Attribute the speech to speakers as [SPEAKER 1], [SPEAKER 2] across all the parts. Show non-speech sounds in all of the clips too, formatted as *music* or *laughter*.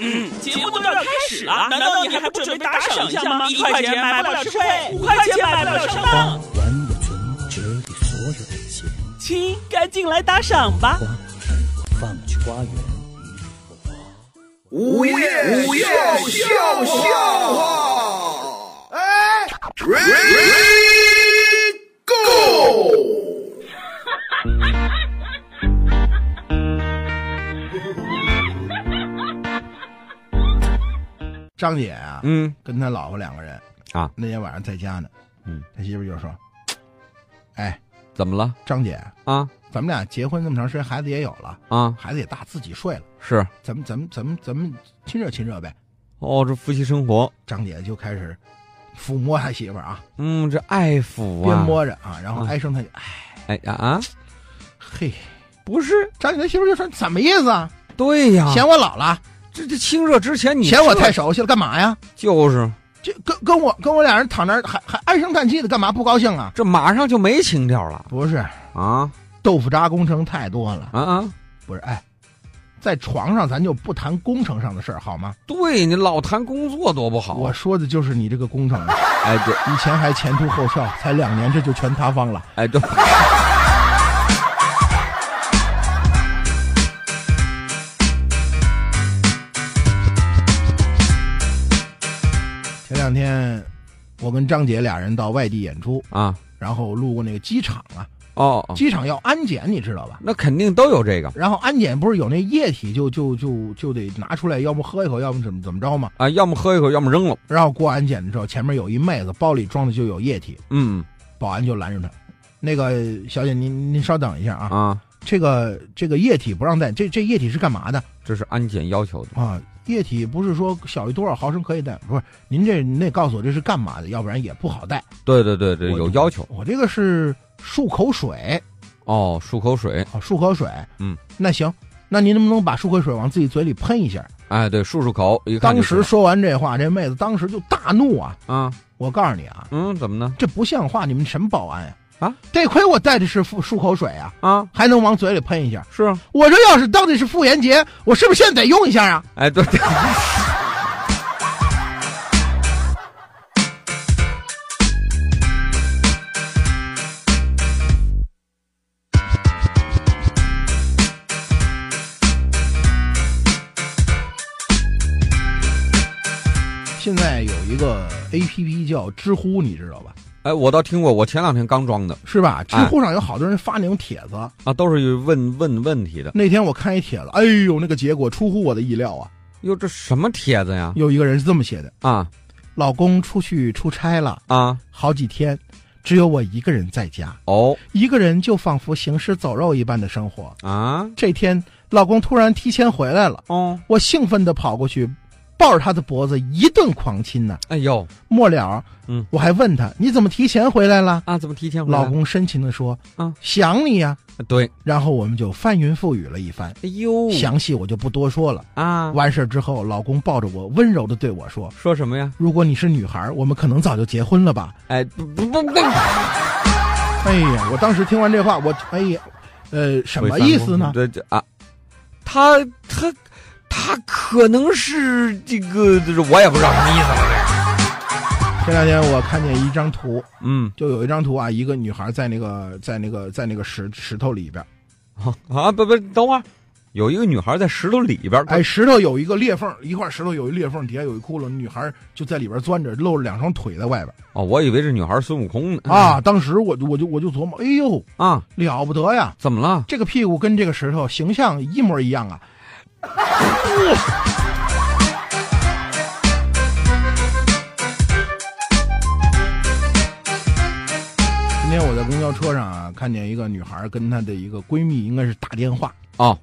[SPEAKER 1] 嗯，节目都要开始了，难道你还不准备打赏一下吗？一块钱买不了吃亏，五块钱买不了上
[SPEAKER 2] 花
[SPEAKER 1] 当。
[SPEAKER 2] 完我存折里所有的钱，
[SPEAKER 1] 亲，赶紧来打赏吧！
[SPEAKER 2] 花儿我放去花园。
[SPEAKER 3] 午夜午夜笑笑话，哎，Ready Go！
[SPEAKER 4] 张姐啊，
[SPEAKER 5] 嗯，
[SPEAKER 4] 跟他老婆两个人
[SPEAKER 5] 啊，
[SPEAKER 4] 那天晚上在家呢，
[SPEAKER 5] 嗯，
[SPEAKER 4] 他媳妇就说：“哎，
[SPEAKER 5] 怎么了
[SPEAKER 4] 张姐，
[SPEAKER 5] 啊
[SPEAKER 4] 咱们俩结婚那么长时间，孩子也有了，
[SPEAKER 5] 啊？
[SPEAKER 4] 孩子也大，自己睡了，
[SPEAKER 5] 是
[SPEAKER 4] 咱们咱们咱们咱们亲热亲热呗。
[SPEAKER 5] 哦，这夫妻生活，”
[SPEAKER 4] 张姐就开始抚摸他媳妇儿啊，
[SPEAKER 5] 嗯，这爱抚
[SPEAKER 4] 边
[SPEAKER 5] 啊，
[SPEAKER 4] 摸着啊，然后
[SPEAKER 5] 啊
[SPEAKER 4] 唉声叹气，哎
[SPEAKER 5] 哎呀啊，
[SPEAKER 4] 嘿，
[SPEAKER 5] 不是，
[SPEAKER 4] 张姐他媳妇儿就说：“怎么意思啊？
[SPEAKER 5] 对呀，
[SPEAKER 4] 嫌我老了，
[SPEAKER 5] 这这亲热之前你
[SPEAKER 4] 嫌我
[SPEAKER 5] 这
[SPEAKER 4] 太熟悉了，干嘛呀？
[SPEAKER 5] 就是
[SPEAKER 4] 这跟跟我跟我俩人躺那儿还还唉声叹气的，干嘛不高兴啊？
[SPEAKER 5] 这马上就没情调了
[SPEAKER 4] 不是，
[SPEAKER 5] 啊
[SPEAKER 4] 豆腐渣工程太多了。”
[SPEAKER 5] 啊啊！
[SPEAKER 4] 不是，哎，在床上咱就不谈工程上的事儿好吗？
[SPEAKER 5] 对你老谈工作多不好，啊
[SPEAKER 4] 我说的就是你这个工程啊，
[SPEAKER 5] 哎对
[SPEAKER 4] 以前还前凸后翘，才两年这就全塌方了。
[SPEAKER 5] 哎对，
[SPEAKER 4] 前两天我跟张姐俩人到外地演出，
[SPEAKER 5] *laughs* 啊
[SPEAKER 4] 然后路过那个机场啊，
[SPEAKER 5] 哦，哦
[SPEAKER 4] 机场要安检，你知道吧？
[SPEAKER 5] 那肯定都有这个
[SPEAKER 4] 然后安检不是有那液体就就就就得拿出来，要么喝一口，要么怎么怎么着嘛。
[SPEAKER 5] 啊，要么喝一口，要么扔了，
[SPEAKER 4] 然后过安检的时候，前面有一妹子包里装的就有液体，
[SPEAKER 5] 嗯
[SPEAKER 4] 保安就拦着她。那个小姐，您您稍等一下啊，
[SPEAKER 5] 啊，
[SPEAKER 4] 这个这个液体不让带，这这液体是干嘛的
[SPEAKER 5] 这是安检要求的，
[SPEAKER 4] 啊？液体不是说小于多少毫升可以带，不是？您这您得告诉我这是干嘛的，要不然也不好带。
[SPEAKER 5] 对对对对，
[SPEAKER 4] 我
[SPEAKER 5] 有要求
[SPEAKER 4] 我这个是漱口水
[SPEAKER 5] 哦，漱口水，
[SPEAKER 4] 啊，漱口水。
[SPEAKER 5] 嗯，
[SPEAKER 4] 那行，那您能不能把漱口水往自己嘴里喷一下？
[SPEAKER 5] 哎对，漱漱口，一看
[SPEAKER 4] 当
[SPEAKER 5] 就知
[SPEAKER 4] 时
[SPEAKER 5] 道
[SPEAKER 4] 说完这话，这妹子当时就大怒啊！
[SPEAKER 5] 啊，
[SPEAKER 4] 我告诉你啊，
[SPEAKER 5] 嗯，怎么呢？
[SPEAKER 4] 这不像话！你们什么保安呀、
[SPEAKER 5] 啊，
[SPEAKER 4] 得亏我带的是漱漱口水啊，
[SPEAKER 5] 啊，
[SPEAKER 4] 还能往嘴里喷一下。
[SPEAKER 5] 是啊，
[SPEAKER 4] 我这要是到底是妇炎洁，我是不是现在得用一下啊？
[SPEAKER 5] 哎，对对，
[SPEAKER 4] 现在有一个 A P P 叫知乎，你知道吧？
[SPEAKER 5] 哎，我倒听过，我前两天刚装的
[SPEAKER 4] 是吧？知乎上有好多人发那种帖子。
[SPEAKER 5] 啊，都是问问问题的。
[SPEAKER 4] 那天我看一帖子，哎呦，那个结果出乎我的意料啊！
[SPEAKER 5] 哟，这什么帖子呀？
[SPEAKER 4] 有一个人是这么写的：
[SPEAKER 5] 啊
[SPEAKER 4] 老公出去出差了
[SPEAKER 5] 啊
[SPEAKER 4] 好几天，只有我一个人在家，
[SPEAKER 5] 哦
[SPEAKER 4] 一个人就仿佛行尸走肉一般的生活。
[SPEAKER 5] 啊
[SPEAKER 4] 这天，老公突然提前回来了，
[SPEAKER 5] 哦，
[SPEAKER 4] 我兴奋地跑过去，抱着他的脖子一顿狂亲呐。
[SPEAKER 5] 哎呦
[SPEAKER 4] 末了，
[SPEAKER 5] 嗯，
[SPEAKER 4] 我还问他你怎么提前回来了？
[SPEAKER 5] 啊，怎么提前回来？
[SPEAKER 4] 老公深情地说：“
[SPEAKER 5] 啊
[SPEAKER 4] 想你呀、
[SPEAKER 5] 对，
[SPEAKER 4] 然后我们就翻云覆雨了一番，
[SPEAKER 5] 哎呦
[SPEAKER 4] 详细我就不多说了。
[SPEAKER 5] 啊，
[SPEAKER 4] 完事儿之后，老公抱着我，温柔的对我说
[SPEAKER 5] 说什么呀？：“
[SPEAKER 4] 如果你是女孩儿，我们可能早就结婚了吧
[SPEAKER 5] 哎，不不不不，？”
[SPEAKER 4] 哎呀，我当时听完这话，我哎呀，呃，什么意思呢？
[SPEAKER 5] 这这啊，他他他可能是这个，就是我也不知道什么意思。
[SPEAKER 4] 前两天我看见一张图，
[SPEAKER 5] 嗯
[SPEAKER 4] 就有一张图啊，一个女孩在那个在那个在那个石石头里边儿，
[SPEAKER 5] 啊，不不，等会儿，有一个女孩在石头里边，
[SPEAKER 4] 哎，石头有一个裂缝，一块石头有一裂缝，底下有一窟窿，女孩就在里边钻着，露着两双腿在外边儿
[SPEAKER 5] 哦，我以为这女孩孙悟空呢。
[SPEAKER 4] 啊。当时我就我就我就琢磨，哎呦，
[SPEAKER 5] 啊，
[SPEAKER 4] 了不得呀！
[SPEAKER 5] 怎么了？
[SPEAKER 4] 这个屁股跟这个石头形象一模一样啊！ *laughs* 今天我在公交车上啊，看见一个女孩跟她的一个闺蜜，应该是打电话。
[SPEAKER 5] 哦，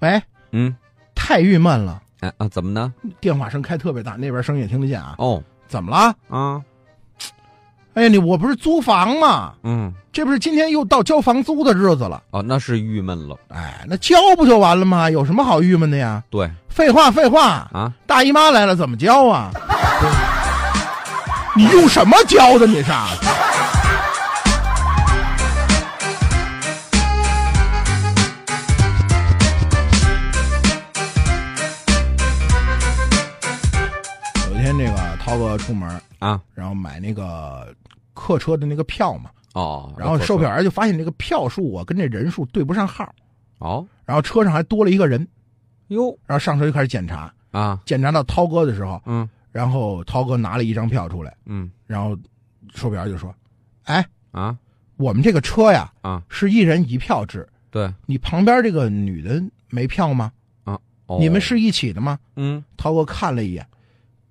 [SPEAKER 4] 喂，
[SPEAKER 5] 嗯，
[SPEAKER 4] 太郁闷了，
[SPEAKER 5] 哎啊，怎么呢？
[SPEAKER 4] 电话声开特别大，那边声也听得见啊。
[SPEAKER 5] 哦
[SPEAKER 4] 怎么了？
[SPEAKER 5] 啊，
[SPEAKER 4] 哎呀，你我不是租房吗？
[SPEAKER 5] 嗯，
[SPEAKER 4] 这不是今天又到交房租的日子了？
[SPEAKER 5] 哦，那是郁闷了。
[SPEAKER 4] 哎，那交不就完了吗？有什么好郁闷的呀？
[SPEAKER 5] 对
[SPEAKER 4] 废话，废话。
[SPEAKER 5] 啊，
[SPEAKER 4] 大姨妈来了怎么教啊？你用什么教的？你是？包哥出门
[SPEAKER 5] 啊，
[SPEAKER 4] 然后买那个客车的那个票嘛，
[SPEAKER 5] 哦，
[SPEAKER 4] 然后售
[SPEAKER 5] 不
[SPEAKER 4] 票员就发现这个票数啊跟这人数对不上号，
[SPEAKER 5] 哦，
[SPEAKER 4] 然后车上还多了一个人，
[SPEAKER 5] 哟
[SPEAKER 4] 然后上车就开始检查，
[SPEAKER 5] 啊，
[SPEAKER 4] 检查到涛哥的时候，
[SPEAKER 5] 嗯
[SPEAKER 4] 然后涛哥拿了一张票出来，
[SPEAKER 5] 嗯
[SPEAKER 4] 然后售票员就说：“哎，
[SPEAKER 5] 啊
[SPEAKER 4] 我们这个车呀
[SPEAKER 5] 啊，
[SPEAKER 4] 是一人一票制，
[SPEAKER 5] 对，
[SPEAKER 4] 你旁边这个女的没票吗？
[SPEAKER 5] 哦
[SPEAKER 4] 你们是一起的吗？”
[SPEAKER 5] 嗯
[SPEAKER 4] 涛哥看了一眼，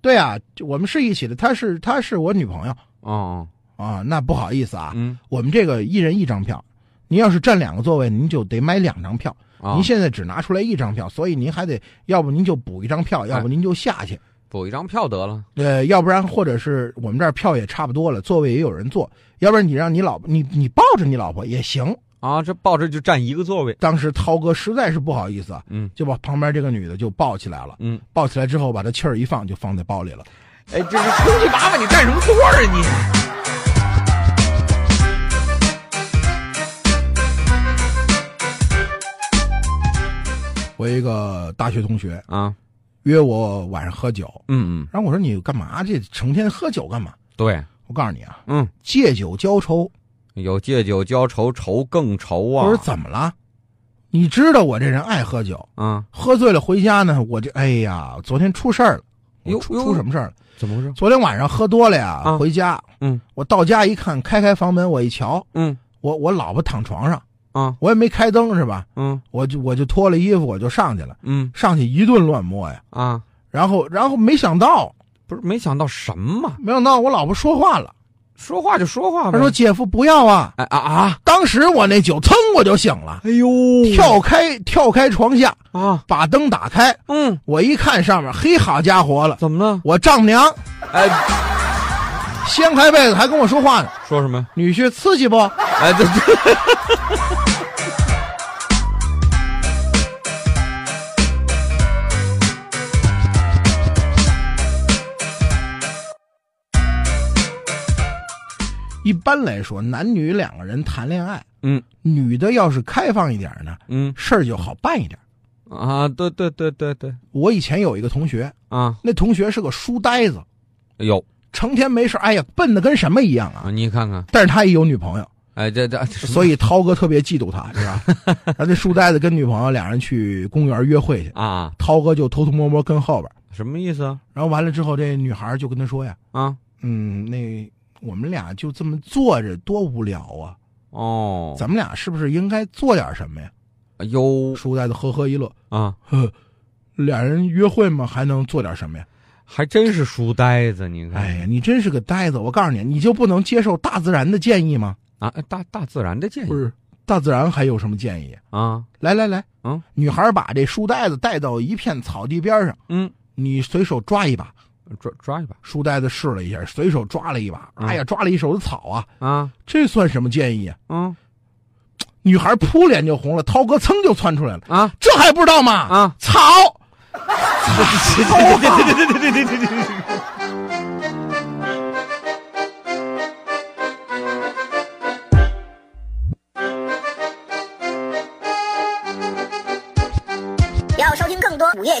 [SPEAKER 4] 对啊，就我们是一起的，她是她是我女朋友
[SPEAKER 5] 哦
[SPEAKER 4] 啊，那不好意思啊，
[SPEAKER 5] 嗯，
[SPEAKER 4] 我们这个一人一张票，您要是占两个座位，您就得买两张票。
[SPEAKER 5] 啊
[SPEAKER 4] 您现在只拿出来一张票，所以您还得，要不您就补一张票，
[SPEAKER 5] 哎
[SPEAKER 4] 要不您就下去。
[SPEAKER 5] 补一张票得了，
[SPEAKER 4] 呃，要不然或者是我们这儿票也差不多了，座位也有人坐，要不然你让你老婆，你你抱着你老婆也行。
[SPEAKER 5] 啊，这抱着就占一个座位，
[SPEAKER 4] 当时涛哥实在是不好意思啊，
[SPEAKER 5] 嗯
[SPEAKER 4] 就把旁边这个女的就抱起来了，哎
[SPEAKER 5] 嗯，
[SPEAKER 4] 抱起来之后把她气儿一放，就放在包里了。
[SPEAKER 5] 哎，这是出去麻烦你占什么座啊你？
[SPEAKER 4] 我有一个大学同学
[SPEAKER 5] 啊，
[SPEAKER 4] 约我晚上喝酒，
[SPEAKER 5] 嗯嗯，
[SPEAKER 4] 然后我说你干嘛这成天喝酒干嘛？
[SPEAKER 5] 对，
[SPEAKER 4] 我告诉你啊，
[SPEAKER 5] 嗯，
[SPEAKER 4] 借酒浇愁。
[SPEAKER 5] 有借酒浇愁，愁更愁啊。
[SPEAKER 4] 我说怎么了？你知道我这人爱喝酒，
[SPEAKER 5] 啊？
[SPEAKER 4] 喝醉了回家呢，我这哎呀，昨天出事儿了。我
[SPEAKER 5] 哟
[SPEAKER 4] 出
[SPEAKER 5] 哟
[SPEAKER 4] 出什么事儿了？
[SPEAKER 5] 怎么回事？
[SPEAKER 4] 昨天晚上喝多了呀，
[SPEAKER 5] 啊
[SPEAKER 4] 回家，
[SPEAKER 5] 嗯，
[SPEAKER 4] 我到家一看，开开房门，我一瞧，
[SPEAKER 5] 嗯
[SPEAKER 4] 我我老婆躺床上，
[SPEAKER 5] 啊
[SPEAKER 4] 我也没开灯是吧？
[SPEAKER 5] 嗯
[SPEAKER 4] 我就我就脱了衣服，我就上去了，
[SPEAKER 5] 嗯
[SPEAKER 4] 上去一顿乱摸呀，
[SPEAKER 5] 啊，
[SPEAKER 4] 然后然后没想到，
[SPEAKER 5] 不是没想到什么，
[SPEAKER 4] 没想到我老婆说话了，
[SPEAKER 5] 说话就说话呗。
[SPEAKER 4] 她说：“姐夫不要啊
[SPEAKER 5] 哎啊啊！”，
[SPEAKER 4] 当时我那酒噌我就醒了，
[SPEAKER 5] 哎呦，
[SPEAKER 4] 跳开跳开床下，
[SPEAKER 5] 啊，
[SPEAKER 4] 把灯打开，
[SPEAKER 5] 嗯，
[SPEAKER 4] 我一看上面，嘿，好家伙了，
[SPEAKER 5] 怎么了？
[SPEAKER 4] 我丈母娘
[SPEAKER 5] 哎，
[SPEAKER 4] 掀开被子还跟我说话呢，
[SPEAKER 5] 说什么呀？
[SPEAKER 4] 女婿刺激不？
[SPEAKER 5] 哎，这这，
[SPEAKER 4] 一般来说，男女两个人谈恋爱，
[SPEAKER 5] 嗯
[SPEAKER 4] 女的要是开放一点呢，
[SPEAKER 5] 嗯
[SPEAKER 4] 事儿就好办一点。
[SPEAKER 5] 啊，对对对对对
[SPEAKER 4] 我以前有一个同学，
[SPEAKER 5] 啊，
[SPEAKER 4] 那同学是个书呆子，
[SPEAKER 5] 有
[SPEAKER 4] 成天没事，哎呀，笨的跟什么一样啊
[SPEAKER 5] 啊，！你看看，
[SPEAKER 4] 但是他也有女朋友，
[SPEAKER 5] 哎，这这，
[SPEAKER 4] 所以涛哥特别嫉妒他，知道吧？然后这书呆子跟女朋友俩人去公园约会去，
[SPEAKER 5] 啊，
[SPEAKER 4] 涛哥就偷偷摸摸跟后边儿，
[SPEAKER 5] 什么意思啊？
[SPEAKER 4] 然后完了之后，这女孩就跟他说呀。
[SPEAKER 5] 啊，
[SPEAKER 4] 嗯，那我们俩就这么坐着多无聊啊！
[SPEAKER 5] 哦，
[SPEAKER 4] 咱们俩是不是应该做点什么呀？
[SPEAKER 5] 哎呦
[SPEAKER 4] 书呆子呵呵一乐，
[SPEAKER 5] 啊，
[SPEAKER 4] 呵，俩人约会嘛，还能做点什么呀？
[SPEAKER 5] 还真是书呆子，你看，
[SPEAKER 4] 哎呀，你真是个呆子！我告诉你，你就不能接受大自然的建议吗？
[SPEAKER 5] 啊，大大自然的建议
[SPEAKER 4] 不是，大自然还有什么建议？
[SPEAKER 5] 啊，
[SPEAKER 4] 来来来，
[SPEAKER 5] 嗯，
[SPEAKER 4] 女孩把这书呆子带到一片草地边上，
[SPEAKER 5] 嗯，
[SPEAKER 4] 你随手抓一把。
[SPEAKER 5] 抓抓一把
[SPEAKER 4] 书呆子试了一下，随手抓了一把，
[SPEAKER 5] 嗯
[SPEAKER 4] 哎呀，抓了一手的草啊！
[SPEAKER 5] 啊，
[SPEAKER 4] 这算什么建议啊？
[SPEAKER 5] 嗯
[SPEAKER 4] 女孩扑脸就红了，涛哥噌就窜出来了。
[SPEAKER 5] 啊
[SPEAKER 4] 这还不知道吗？
[SPEAKER 5] 啊，
[SPEAKER 4] 草，
[SPEAKER 6] 要收听更多午夜